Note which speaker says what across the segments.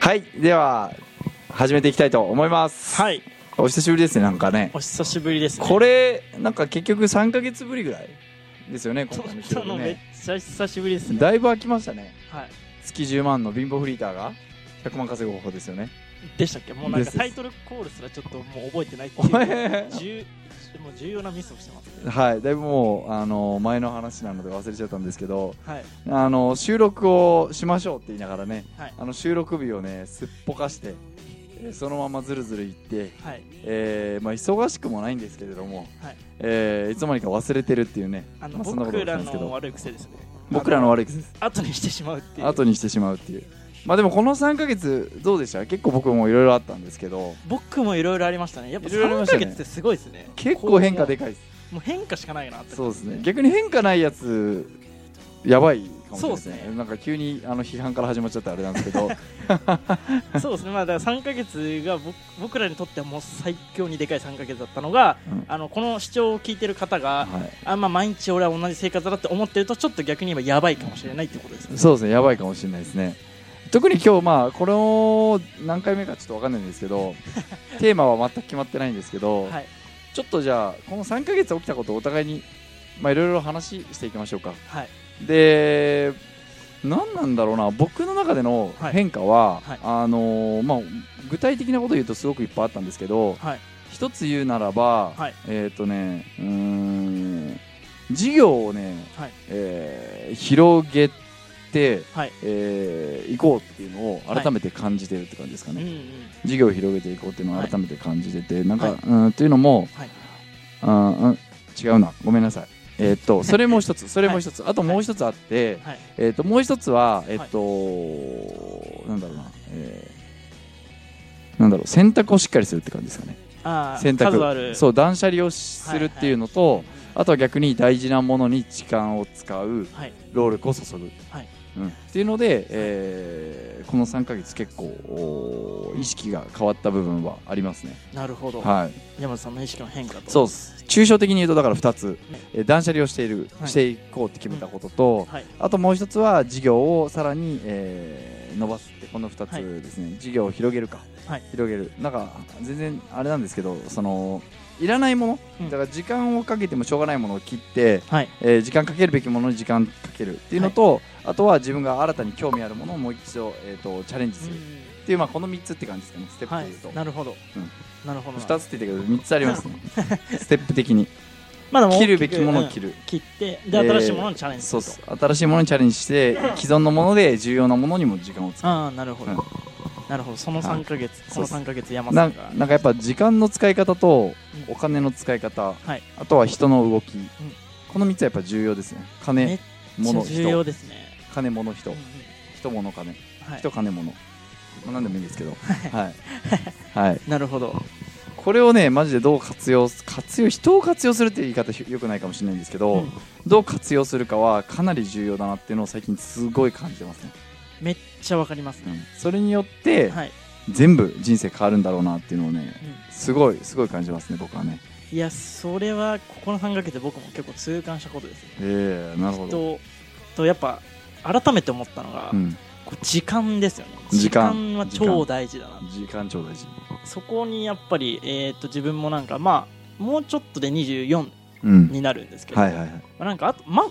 Speaker 1: はいでは始めていきたいと思います
Speaker 2: はい
Speaker 1: お久しぶりですねなんかね
Speaker 2: お久しぶりですね
Speaker 1: これなんか結局3か月ぶりぐらいですよね今回の
Speaker 2: ち
Speaker 1: 収
Speaker 2: ょっと
Speaker 1: 録
Speaker 2: めっ
Speaker 1: ね
Speaker 2: ちゃ久しぶりですね
Speaker 1: だいぶ空きましたね
Speaker 2: はい
Speaker 1: 月10万の貧乏フリーターが100万稼ぐ方法ですよね
Speaker 2: でしたっけもうなん
Speaker 1: です
Speaker 2: か
Speaker 1: です
Speaker 2: タイトルコールすらちょっともう覚え てないって
Speaker 1: お
Speaker 2: いう
Speaker 1: 前
Speaker 2: 重もう重要なミスをしてますね
Speaker 1: はいだいぶもうあの前の話なので忘れちゃったんですけど
Speaker 2: はい
Speaker 1: あの収録をしましょうって言いながらね、
Speaker 2: はい
Speaker 1: あの収録日をねすっぽかしてえーそのままずるずる行って、
Speaker 2: はい
Speaker 1: えーまあ、忙しくもないんですけれども、
Speaker 2: はい
Speaker 1: えーいつの間にか忘れてるっていうね
Speaker 2: あの
Speaker 1: まあそんなこと
Speaker 2: 僕
Speaker 1: は
Speaker 2: ら
Speaker 1: ないんですけ
Speaker 2: の
Speaker 1: ど
Speaker 2: 悪い癖ですね
Speaker 1: 僕らの悪い癖です
Speaker 2: あの後にしてしまうっていう
Speaker 1: 後にしてしまうっていうまあでもこの3か月どうでした結構僕もいろいろあったんですけど
Speaker 2: 僕もいろいろありましたねやっぱ
Speaker 1: いろいろありま
Speaker 2: 3
Speaker 1: した
Speaker 2: ヶ
Speaker 1: ね
Speaker 2: 月ってすごいですね
Speaker 1: 結構変化で
Speaker 2: こ
Speaker 1: かいです
Speaker 2: うもう変化しかないなって
Speaker 1: そうですね逆に変化ないやつやばいかもしれないです
Speaker 2: そう
Speaker 1: ね
Speaker 2: ですね
Speaker 1: なんか急にあの批判から始まっちゃったあれなんですけど
Speaker 2: そうですねまあだから3ヶ月が僕僕らにとってはもう最強にでかい3ヶ月だったのが、
Speaker 1: うん
Speaker 2: あのこの視聴を聞いてる方
Speaker 1: は
Speaker 2: が、
Speaker 1: い
Speaker 2: あんま毎日俺は同じ生活だって思ってるとちょっと逆に今やばいかもしれないってことですね
Speaker 1: そうですね、やばいかもしれないですね。特に今日まあこれを何回目かちょっとわかんないんですけ どテーマは全く決まってないんですけど、
Speaker 2: はい
Speaker 1: ちょっとじゃあこの3ヶ月起きたことをお互いにまあいろいろ話していきましょうか
Speaker 2: はい
Speaker 1: で何なんだろうな僕の中での変化は、
Speaker 2: はいはい
Speaker 1: あのーまあ、具体的なことを言うとすごくいっぱいあったんですけど
Speaker 2: はい
Speaker 1: 一つ言うならば、
Speaker 2: はい
Speaker 1: えっ、とねうーん事業をね、
Speaker 2: はい
Speaker 1: えー広げて、
Speaker 2: はい
Speaker 1: えー行こうっていうのを改めて感じてるって感じですか
Speaker 2: うん
Speaker 1: ね、
Speaker 2: うん
Speaker 1: 事業を広げていこうっていうのを
Speaker 2: はい
Speaker 1: 改めて感じてて、なんか、
Speaker 2: はい
Speaker 1: うんっていうのも、
Speaker 2: はい
Speaker 1: うんうん違うなごめんなさいえっ、 とそれも一つそれも一つ、あともう一つあって、
Speaker 2: はい
Speaker 1: えっ、ともう一つはえっ、と、なんだろうな、えーなんだろう選択をしっかりするって感じですかね
Speaker 2: ああ
Speaker 1: 選択
Speaker 2: 数ある
Speaker 1: そう断捨離をするっていうのと、あとは逆に大事なものに時間を使う
Speaker 2: はい
Speaker 1: 労力を注ぐ、
Speaker 2: はい
Speaker 1: うん、っていうので、えーこの3ヶ月結構おー意識が変わった部分はありますね、
Speaker 2: なるほど
Speaker 1: はい、
Speaker 2: 山田さんの意識の変化と
Speaker 1: そうです抽象的に言うとだから2つ、えー断捨離をしている、
Speaker 2: はい
Speaker 1: していこうって決めたことと、
Speaker 2: はい
Speaker 1: あともう一つは事業をさらに、えー伸ばすってこの2つですね、事業を広げるか、
Speaker 2: はい
Speaker 1: 広げるなんか全然あれなんですけどそのいらないも
Speaker 2: う
Speaker 1: の
Speaker 2: ん
Speaker 1: だから時間をかけてもしょうがないものを切って、
Speaker 2: はい
Speaker 1: えー時間かけるべきものに時間かけるっていうのと、あとは自分が新たに興味あるものをもう一度、えー、とチャレンジするっていう、まあ、この3つって感じですかねステップ
Speaker 2: は
Speaker 1: で
Speaker 2: い
Speaker 1: いうと、
Speaker 2: なるほど
Speaker 1: うん
Speaker 2: なるほどな
Speaker 1: 2つって言ったけど3つありますね ステップ的に
Speaker 2: まあでも
Speaker 1: 切るべきものを切
Speaker 2: る
Speaker 1: る、
Speaker 2: 切ってで新しいものにチャレンジす
Speaker 1: そう
Speaker 2: る
Speaker 1: っ
Speaker 2: と
Speaker 1: す新しいものにチャレンジして既存のもので重要なものにも時間を使う
Speaker 2: ああなるほ
Speaker 1: うん
Speaker 2: どなるほどその3ヶ月
Speaker 1: そ
Speaker 2: こ
Speaker 1: うっ
Speaker 2: の
Speaker 1: す
Speaker 2: 3ヶ月山
Speaker 1: な
Speaker 2: 田
Speaker 1: ん
Speaker 2: さん
Speaker 1: か
Speaker 2: が
Speaker 1: なんかやっぱ時間の使い方と
Speaker 2: うん
Speaker 1: お金の使い方、
Speaker 2: はい
Speaker 1: あとは人の動き、この3つはやっぱ重要ですね
Speaker 2: め
Speaker 1: 金
Speaker 2: っち
Speaker 1: 物
Speaker 2: 重要
Speaker 1: 人
Speaker 2: ですね
Speaker 1: 金物人
Speaker 2: うんうん
Speaker 1: 人物金
Speaker 2: はい
Speaker 1: 人金物、まあ、何でもいいんですけどはい、はい、
Speaker 2: なるほど
Speaker 1: これをねマジでどう活用す活用人を活用するっていう言い方よくないかもしれないんですけど、
Speaker 2: うん
Speaker 1: どう活用するかはかなり重要だなっていうのを最近すごい感じてますね、
Speaker 2: めっちゃわかりますね
Speaker 1: それによって
Speaker 2: はい
Speaker 1: 全部人生変わるんだろうなっていうのをね
Speaker 2: うん
Speaker 1: すごいすごい感じますね僕はね
Speaker 2: いやそれはここの3ヶ月で僕も結構痛感したことですね
Speaker 1: ええなるほど、
Speaker 2: ととやっぱ改めて思ったのが、
Speaker 1: うん、
Speaker 2: こう時間ですよね
Speaker 1: 時間
Speaker 2: は超大事だな
Speaker 1: 時間超大事
Speaker 2: そこにやっぱり、えー、と自分もなんかまあもうちょっとで24
Speaker 1: うん
Speaker 2: になるんですけど、
Speaker 1: はいはいはい
Speaker 2: なんかあとま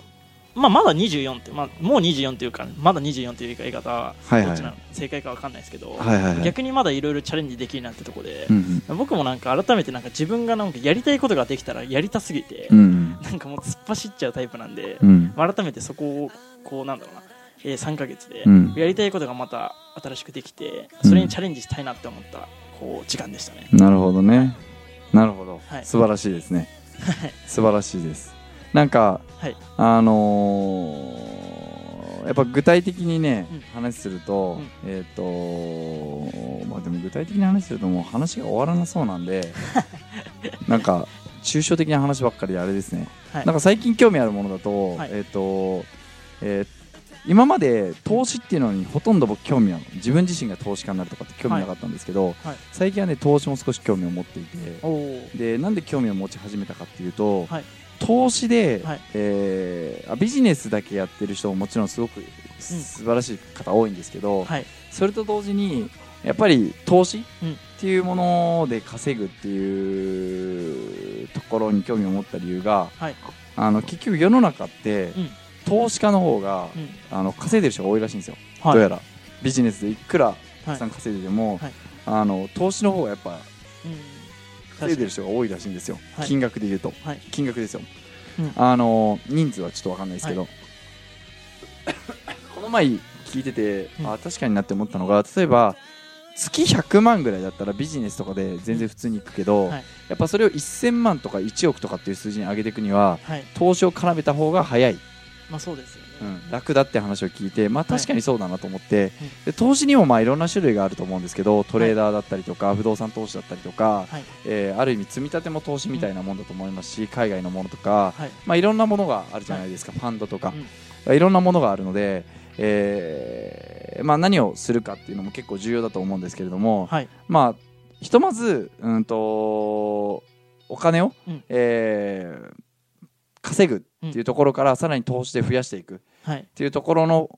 Speaker 2: まあまだ24って、まあ、もう24っていうかまだ24っていう言い方は
Speaker 1: はいはい
Speaker 2: どっちなの正解かわかんないですけど、
Speaker 1: はいはいはい
Speaker 2: 逆にまだいろいろチャレンジできるなってとこで
Speaker 1: う、ん
Speaker 2: 僕もなんか改めてなんか自分がなんかやりたいことができたらやりたすぎて、
Speaker 1: うんうん
Speaker 2: なんかもう突っ走っちゃうタイプなんで、
Speaker 1: うん
Speaker 2: 改めてそこをこうなんだろうな、えー3ヶ月で、
Speaker 1: うん
Speaker 2: やりたいことがまた新しくできてそれにチャレンジしたいなって思ったこう時間でしたね、
Speaker 1: なるほどねなるほど、
Speaker 2: はい
Speaker 1: 素晴らしいですね素晴らしいですなんか、
Speaker 2: はい
Speaker 1: あのーやっぱ具体的にね、
Speaker 2: うん
Speaker 1: 話すると、
Speaker 2: うん
Speaker 1: えっ、とまあでも具体的に話するともう話が終わらなそうなん でなんか抽象的な話ばっかりであれですね、
Speaker 2: はい
Speaker 1: なんか最近興味あるものだと、
Speaker 2: はい
Speaker 1: えっ、とえー今まで投資っていうのにほとんど僕興味ある自分自身が投資家になるとかって興味なかったんですけど、
Speaker 2: はい
Speaker 1: 最近はね投資も少し興味を持っていて、
Speaker 2: おお
Speaker 1: でなんで興味を持ち始めたかっていうと、
Speaker 2: はい
Speaker 1: 投資で、
Speaker 2: はい
Speaker 1: えーあビジネスだけやってる人ももちろんすごく素晴らしい方多いんですけど、
Speaker 2: はい
Speaker 1: それと同時にやっぱり投資っ
Speaker 2: うん
Speaker 1: ていうもので稼ぐっていうところに興味を持った理由が、
Speaker 2: はい
Speaker 1: あの結局世の中って、
Speaker 2: ん
Speaker 1: 投資家の方が、
Speaker 2: うん
Speaker 1: あの稼いでる人が多いらしいんですよ、
Speaker 2: はい
Speaker 1: どうやらビジネスでいくらた
Speaker 2: は
Speaker 1: く
Speaker 2: い
Speaker 1: さん稼いでても、
Speaker 2: はい
Speaker 1: あの投資の方がやっぱ
Speaker 2: うん
Speaker 1: 稼いでる人が多いらしいんですよ、
Speaker 2: はい
Speaker 1: 金額で言うと、
Speaker 2: はい
Speaker 1: 金額ですよ、
Speaker 2: うん
Speaker 1: あの人数はちょっと分かんないですけど、 この前聞いてて、
Speaker 2: うん
Speaker 1: あ確かになって思ったのが例えば月100万ぐらいだったらビジネスとかで全然普通に行くけど、
Speaker 2: はい
Speaker 1: やっぱそれを1000万とか1億とかっていう数字に上げていくには
Speaker 2: はい
Speaker 1: 投資を絡めた方が早い、
Speaker 2: まあそうですよね、
Speaker 1: うん楽だって話を聞いて、まあ、
Speaker 2: はい
Speaker 1: 確かにそうだなと思って、で投資にもまあいろんな種類があると思うんですけどトレーダーだったりとか、不動産投資だったりとか、
Speaker 2: はい
Speaker 1: えーある意味積み立ても投資みたいなものだと思いますし、海外のものとか、
Speaker 2: はい
Speaker 1: まあ、いろんなものがあるじゃないですか、ファンドとか、
Speaker 2: うん
Speaker 1: いろんなものがあるので、えーまあ、何をするかっていうのも結構重要だと思うんですけれども、
Speaker 2: はい
Speaker 1: まあ、ひとまず、うん、とお金を、
Speaker 2: うん
Speaker 1: えー稼ぐっていうところからさらに投資で増やしていくっ
Speaker 2: はい
Speaker 1: ていうところの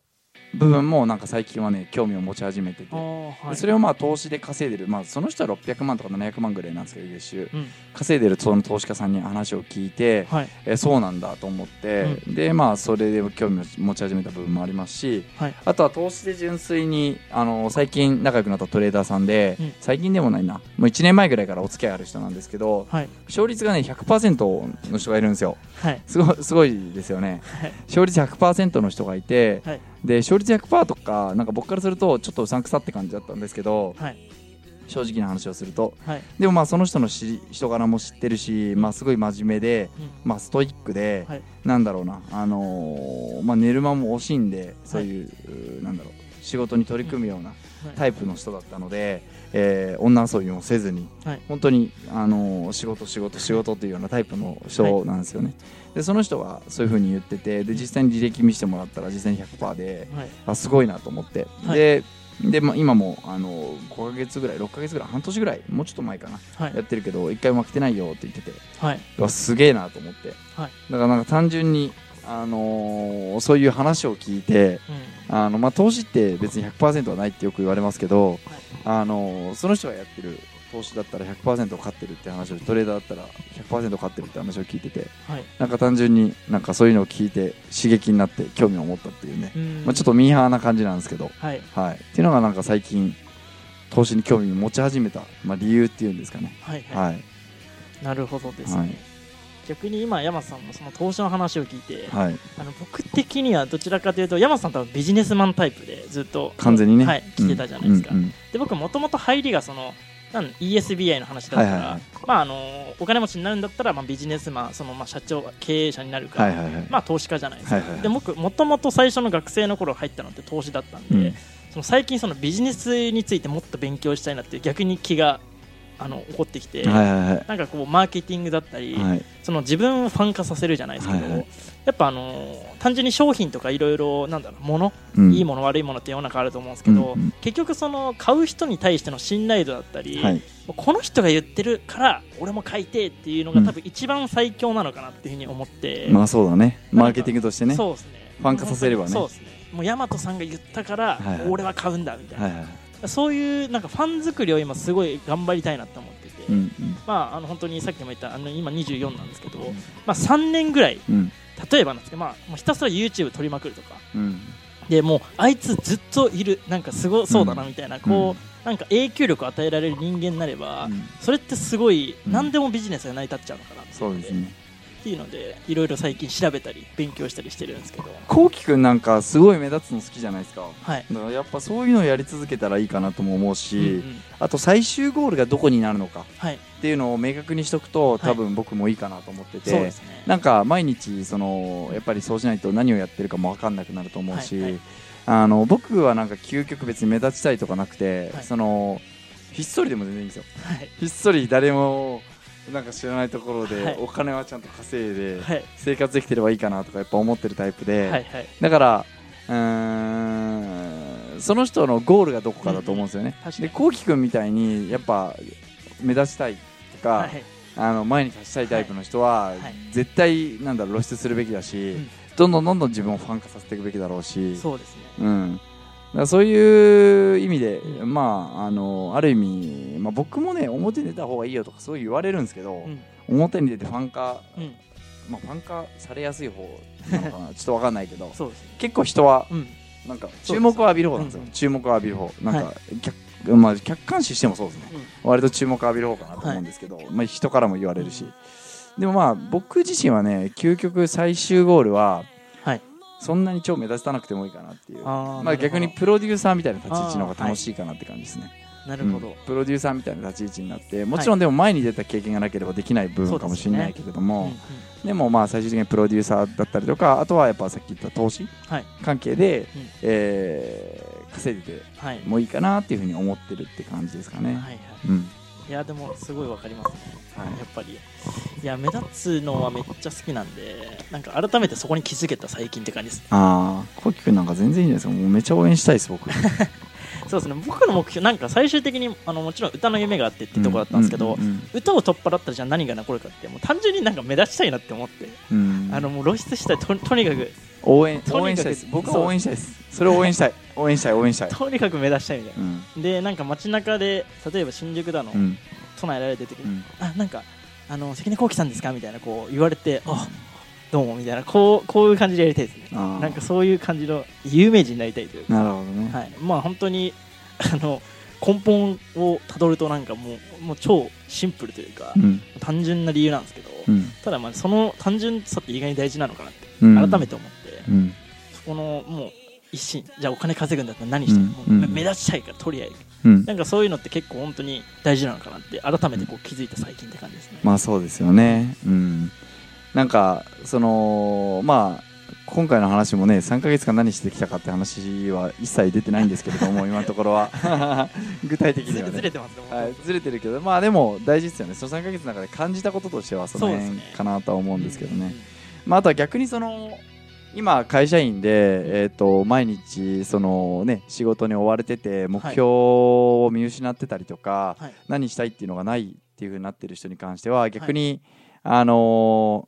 Speaker 1: 部分もなんか最近はね興味を持ち始めてて
Speaker 2: あ。ーはい
Speaker 1: それをまあ投資で稼いでる、まあ、その人は600万とか700万ぐらいなんですけど月収
Speaker 2: うん
Speaker 1: 稼いでるその投資家さんに話を聞いて
Speaker 2: はい
Speaker 1: えそうなんだと思って、でまあそれで興味を持ち始めた部分もありますし、
Speaker 2: はい
Speaker 1: あとは投資で純粋にあの最近仲良くなったトレーダーさんで、
Speaker 2: うん
Speaker 1: 最近でもないなもう1年前ぐらいからお付き合いある人なんですけど
Speaker 2: はい
Speaker 1: 勝率がね100%の人がいるんですよ
Speaker 2: はい
Speaker 1: すごいすごいですよね
Speaker 2: はい
Speaker 1: 勝率100%の人がいて、
Speaker 2: はい
Speaker 1: で勝率100%とかなんか僕からするとちょっとうさんくさって感じだったんですけど、
Speaker 2: はい
Speaker 1: 正直な話をすると
Speaker 2: はい
Speaker 1: でもまあその人の知り人柄も知ってるし、まあ、すごい真面目で、
Speaker 2: うん
Speaker 1: まあ、ストイックで、
Speaker 2: はい
Speaker 1: なんだろうな、あのーまあ、寝る間も惜しんでそういう、うーなんだろう仕事に取り組むような
Speaker 2: はい
Speaker 1: タイプの人だったので、えー女遊びもせずに、
Speaker 2: はい
Speaker 1: 本当に、あのー仕事仕事仕事というようなタイプの人なんですよね、でその人はそういうふうに言っててで実際に履歴見せてもらったら実際に100%で
Speaker 2: はい
Speaker 1: あすごいなと思って、
Speaker 2: はい
Speaker 1: でで、まあ、今もあの5ヶ月ぐらい6ヶ月ぐらい半年ぐらいもうちょっと前かな
Speaker 2: はい
Speaker 1: やってるけど1回も負けてないよって言ってて
Speaker 2: はいう
Speaker 1: わすげえなと思って、
Speaker 2: はい
Speaker 1: だからなんか単純に、あのーそういう話を聞いて
Speaker 2: うん
Speaker 1: あの、まあ、投資って別に100%はないってよく言われますけど、
Speaker 2: はい
Speaker 1: あのーその人がやってる投資だったら100%勝ってるって話をトレーダーだったら100%勝ってるって話を聞いてて
Speaker 2: はい
Speaker 1: なんか単純になんかそういうのを聞いて刺激になって興味を持ったっていうねまあ、ちょっとミーハーな感じなんですけど、
Speaker 2: とはい
Speaker 1: はい、っていうのがなんか最近投資に興味を持ち始めた、まあ、理由っていうんですかね。
Speaker 2: はいは
Speaker 1: はい、
Speaker 2: いなるほどです
Speaker 1: は
Speaker 2: ね
Speaker 1: い
Speaker 2: 逆に今山さんのその投資の話を聞いて
Speaker 1: はい、
Speaker 2: あの僕的にはどちらかというと山さん多分ビジネスマンタイプでずっと
Speaker 1: 完全にね、
Speaker 2: はい、来てたじゃないですか、
Speaker 1: うんうんうん
Speaker 2: で僕もともと入りがそのなん ESBI の話だったら、
Speaker 1: はいはいはい
Speaker 2: まああのお金持ちになるんだったら、まあ、ビジネスマンその、まあ、社長経営者になるか、
Speaker 1: はいはいはい、
Speaker 2: まあ投資家じゃないですか、
Speaker 1: はいはいはい
Speaker 2: で僕もともと最初の学生の頃入ったのって投資だったんで、
Speaker 1: うん
Speaker 2: その最近そのビジネスについてもっと勉強したいなっていう逆に気があの起こってきて、
Speaker 1: はいはいはい
Speaker 2: なんかこうマーケティングだったり、
Speaker 1: はい
Speaker 2: その自分をファン化させるじゃないですけど、
Speaker 1: はいはい
Speaker 2: やっぱあの単純に商品とかいろいろなんだろうもの
Speaker 1: うん
Speaker 2: いいもの悪いものって世の中あると思うんですけど、
Speaker 1: うんうん
Speaker 2: 結局その買う人に対しての信頼度だったり、
Speaker 1: はい
Speaker 2: この人が言ってるから俺も買いてえっていうのが
Speaker 1: うん
Speaker 2: 多分一番最強なのかなっていうふうに思って、
Speaker 1: まあそうだねマーケティングとしてね
Speaker 2: そうですね
Speaker 1: ファン化させればね
Speaker 2: そうですねもう大和さんが言ったから、
Speaker 1: はいはい
Speaker 2: 俺は買うんだみたいな、
Speaker 1: はいはいはい
Speaker 2: そういうなんかファン作りを今すごい頑張りたいなと思って
Speaker 1: う
Speaker 2: て、
Speaker 1: ん
Speaker 2: まあ、あの本当にさっきも言ったあの今24なんですけど、まあ、3年ぐらい
Speaker 1: うんうん
Speaker 2: 例えばなんですけど、まあ、もうひたすら YouTube 撮りまくるとか
Speaker 1: うん
Speaker 2: でもうあいつずっといるなんかすごそうだな
Speaker 1: うん
Speaker 2: みたいな、こうなんか影響力を与えられる人間になれば、
Speaker 1: うん
Speaker 2: それってすごい
Speaker 1: うん
Speaker 2: 何でもビジネスが成り立っちゃうのかなって
Speaker 1: そ
Speaker 2: 思
Speaker 1: う
Speaker 2: っ
Speaker 1: で
Speaker 2: て
Speaker 1: すね
Speaker 2: っていうのでいろいろ最近調べたり勉強したりしてるんですけど
Speaker 1: こうきくんなんかすごい目立つの好きじゃないですか
Speaker 2: はい、
Speaker 1: だからやっぱそういうのをやり続けたらいいかなとも思うし、
Speaker 2: うんうん
Speaker 1: あと最終ゴールがどこになるのか
Speaker 2: はい
Speaker 1: っていうのを明確にしとくと多分僕もいいかなと思ってて、
Speaker 2: そうですね
Speaker 1: なんか毎日そのやっぱりそうしないと何をやってるかも分かんなくなると思うし、
Speaker 2: はいはい
Speaker 1: あの僕はなんか究極別に目立ちたいとかなくて、
Speaker 2: はい
Speaker 1: そのひっそりでも全然いいんですよ
Speaker 2: はい
Speaker 1: ひっそり誰もなんか知らないところ
Speaker 2: は
Speaker 1: で
Speaker 2: い
Speaker 1: お金はちゃんと稼いで
Speaker 2: はい
Speaker 1: 生活できてればいいかなとかやっぱ思ってるタイプで、
Speaker 2: はいはい
Speaker 1: だからうーんその人のゴールがどこかだと思うんですよね
Speaker 2: うん確か
Speaker 1: で
Speaker 2: に
Speaker 1: こうきくんみたいにやっぱ目立ちたいとか、
Speaker 2: はい
Speaker 1: あの前に立ちたいタイプの人は、
Speaker 2: いはい
Speaker 1: 絶対なんだろう露出するべきだし、
Speaker 2: うん
Speaker 1: どんどんどんどん自分をファン化させていくべきだろうし
Speaker 2: そうですね
Speaker 1: う、ん、からそういう意味で、まあ、あのある意味、まあ、僕もね表に出た方がいいよとかそう言われるんですけど、
Speaker 2: うん
Speaker 1: 表に出てファン化、
Speaker 2: うん、
Speaker 1: まあ、ファン化されやすい方なのかなちょっと分かんないけど
Speaker 2: そうですね。
Speaker 1: 結構人は
Speaker 2: うん、
Speaker 1: なんか注目を浴びる方なんですよ
Speaker 2: うん
Speaker 1: 注目を浴びる方なんか、
Speaker 2: は
Speaker 1: 客まあ、客観視してもそうですね、割と注目を浴びる方かなと
Speaker 2: は
Speaker 1: 思
Speaker 2: い
Speaker 1: うんですけど、まあ、人からも言われるし、でもまあ僕自身はね究極最終ゴールは、
Speaker 2: はい
Speaker 1: そんなに超目立たなくてもいいかなっていう
Speaker 2: あー
Speaker 1: ま
Speaker 2: なるほ
Speaker 1: あ、
Speaker 2: ど
Speaker 1: 逆にプロデューサーみたいな立ち位置の方が楽しいかなって感じですね、
Speaker 2: なるほど。
Speaker 1: うんプロデューサーみたいな立ち位置になってもちろんでも前に出た経験がなければできない部分かもしれないけれども、
Speaker 2: うんうん
Speaker 1: でもまあ最終的にプロデューサーだったりとかあとはやっぱさっき言った投資
Speaker 2: はい
Speaker 1: 関係で、
Speaker 2: うん
Speaker 1: えー稼いでて
Speaker 2: はい。
Speaker 1: もいいかなっていうふうに思ってるって感じですか
Speaker 2: はい
Speaker 1: ね。
Speaker 2: はい。
Speaker 1: うん
Speaker 2: いやでもすごいわかりますね。
Speaker 1: はい
Speaker 2: やっぱり。いや目立つのはめっちゃ好きなんで、なんか改めてそこに気づけた最近って感じです。
Speaker 1: ああ、コキ君なんか全然いいんじゃないですか。もうめっちゃ応援したいです、 僕。
Speaker 2: そうですね。僕の目標なんか最終的にあのもちろん歌の夢があってってとこだったんですけど、
Speaker 1: うんうん
Speaker 2: 歌を取っ払ったらじゃあ何が残るかってもう単純になんか目立ちたいなって思って、
Speaker 1: うんうん
Speaker 2: あのもう露出したいととにかく
Speaker 1: 応援、
Speaker 2: とにかく
Speaker 1: 応援したいです。僕は
Speaker 2: そう
Speaker 1: 応援したいです。それを応援した い。応援したい、応援したい。
Speaker 2: とにかく目立ちたいみたい
Speaker 1: うん。
Speaker 2: な。でなんか街中で例えば新宿だの、
Speaker 1: うん。
Speaker 2: 都内られてる時に、
Speaker 1: うん
Speaker 2: あなんかあの関根幸輝さんですかみたいなこう言われてあどうもみたいなこうこういう感じでやりたいですね
Speaker 1: あー
Speaker 2: なんかそういう感じの有名人になりたいというか、
Speaker 1: なるほどね。
Speaker 2: はい、まあ本当にあの根本をたどるとなんかもうもう超シンプルというか、
Speaker 1: うん。
Speaker 2: 単純な理由なんですけど、
Speaker 1: うん
Speaker 2: ただまあその単純さって意外に大事なのかなって
Speaker 1: うん。
Speaker 2: 改めて思って、
Speaker 1: うん。
Speaker 2: そこのもう一心じゃあお金稼ぐんだったら何したい、もう
Speaker 1: うんうん
Speaker 2: 目立ちたいからとりあえず
Speaker 1: うん。
Speaker 2: なんかそういうのって結構本当に大事なのかなって改めてこう気づいた最近って感じですね。
Speaker 1: まあそうですよね。うん。なんか、その、まあ、今回の話もね、3ヶ月間何してきたかって話は一切出てないんですけれども、今のところ は。具体的にはね。
Speaker 2: ずれてますね。
Speaker 1: はい、ずれてるけど、まあでも大事ですよね、その3ヶ月の中で感じたこととしては、その
Speaker 2: そう
Speaker 1: 辺
Speaker 2: ですね
Speaker 1: かなとは思うんですけどね、まあ、あとは逆にその、今、会社員で、えー、と毎日その、ね、仕事に追われてて、目標を見失ってたりとか、
Speaker 2: はい
Speaker 1: 何したいっていうのがないっていうふうになってる人に関しては、逆に、あのー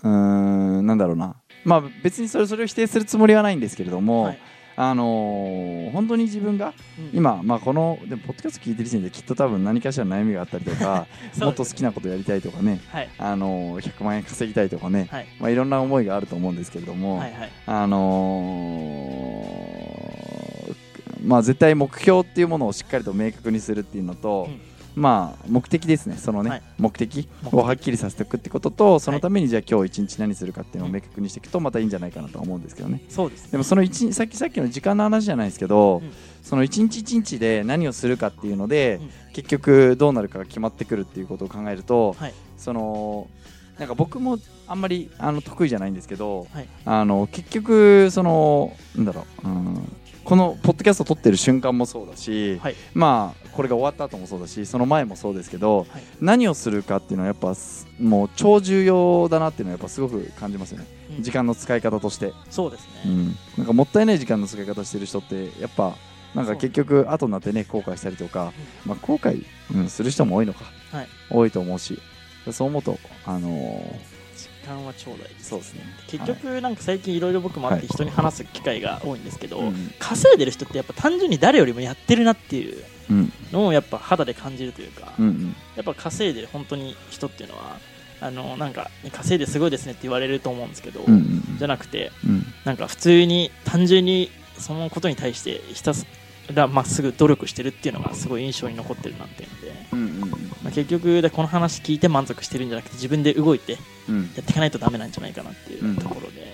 Speaker 1: うーん、なんだろうな、まあ、別にそれそれを否定するつもりはないんですけれども、
Speaker 2: はい
Speaker 1: あのー本当に自分が
Speaker 2: うん
Speaker 1: 今、まあ、このでもポッドキャスト聞いてる時点できっと多分何かしらの悩みがあったりと か、もっと好きなことやりたいとかね、
Speaker 2: はい
Speaker 1: あのー100万円稼ぎたいとかね、
Speaker 2: はい
Speaker 1: まあ、いろんな思いがあると思うんですけれども、
Speaker 2: はいはい
Speaker 1: あのーまあ、絶対目標っていうものをしっかりと明確にするっていうのと、
Speaker 2: うん
Speaker 1: まあ、目的ですねそのね、
Speaker 2: はい
Speaker 1: 目的
Speaker 2: 目的
Speaker 1: をはっきりさせておくってこととそのためにじゃあ今日一日何するかっていうのを明確にしていくとまたいいんじゃないかなとは思うんですけどね。
Speaker 2: そうですね。
Speaker 1: でもその一日さっきさっきの時間の話じゃないですけど、
Speaker 2: うん
Speaker 1: その一日一日で何をするかっていうので、
Speaker 2: うん
Speaker 1: 結局どうなるかが決まってくるっていうことを考えると、
Speaker 2: はい
Speaker 1: そのなんか僕もあんまりあの得意じゃないんですけど、
Speaker 2: はい
Speaker 1: あの結局そのなんだろう、うんこのポッドキャストを撮ってる瞬間もそうだし、
Speaker 2: はい
Speaker 1: まあこれが終わった後もそうだしその前もそうですけど、
Speaker 2: はい
Speaker 1: 何をするかっていうのはやっぱすもう超重要だなっていうのはやっぱすごく感じますよね、
Speaker 2: うん
Speaker 1: 時間の使い方として。
Speaker 2: そうです
Speaker 1: う
Speaker 2: ね。
Speaker 1: ん、なんかもったいない時間の使い方してる人ってやっぱなんか結局後になってね後悔したりとか、まあ、後悔、うん、する人も多いのか、
Speaker 2: はい
Speaker 1: 多いと思うしそう思うとあのー
Speaker 2: 時間は頂戴です。
Speaker 1: そうですね
Speaker 2: 結局なんか最近いろいろ僕もあって人に話す機会が多いんですけど、
Speaker 1: はい
Speaker 2: 稼いでる人ってやっぱ単純に誰よりもやってるなっていう
Speaker 1: うん
Speaker 2: のをやっぱ肌で感じるというか、
Speaker 1: うんうん
Speaker 2: やっぱ稼いでる本当に人っていうのはあのなんか稼いですごいですねって言われると思うんですけど、
Speaker 1: うんうん
Speaker 2: じゃなくて
Speaker 1: うん
Speaker 2: なんか普通に単純にそのことに対してひたすらまっすぐ努力してるっていうのがすごい印象に残ってるなっていうので、
Speaker 1: うんうんうん
Speaker 2: まあ、結局でこの話聞いて満足してるんじゃなくて自分で動いてや
Speaker 1: うん
Speaker 2: っていかないとダメなんじゃないかなってい
Speaker 1: うん
Speaker 2: うところで、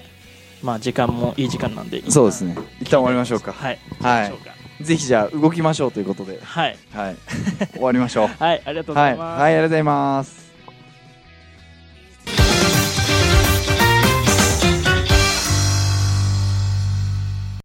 Speaker 2: まあ時間もいい時間なんで
Speaker 1: そうですね一旦終わりましょうか
Speaker 2: はい
Speaker 1: はい
Speaker 2: 行きましょう か
Speaker 1: ぜひじゃあ動きましょうということで
Speaker 2: はい
Speaker 1: はい 終わりましょう
Speaker 2: はいありがとうご
Speaker 1: は
Speaker 2: ざい
Speaker 1: い
Speaker 2: ます、
Speaker 1: はいありがとうございます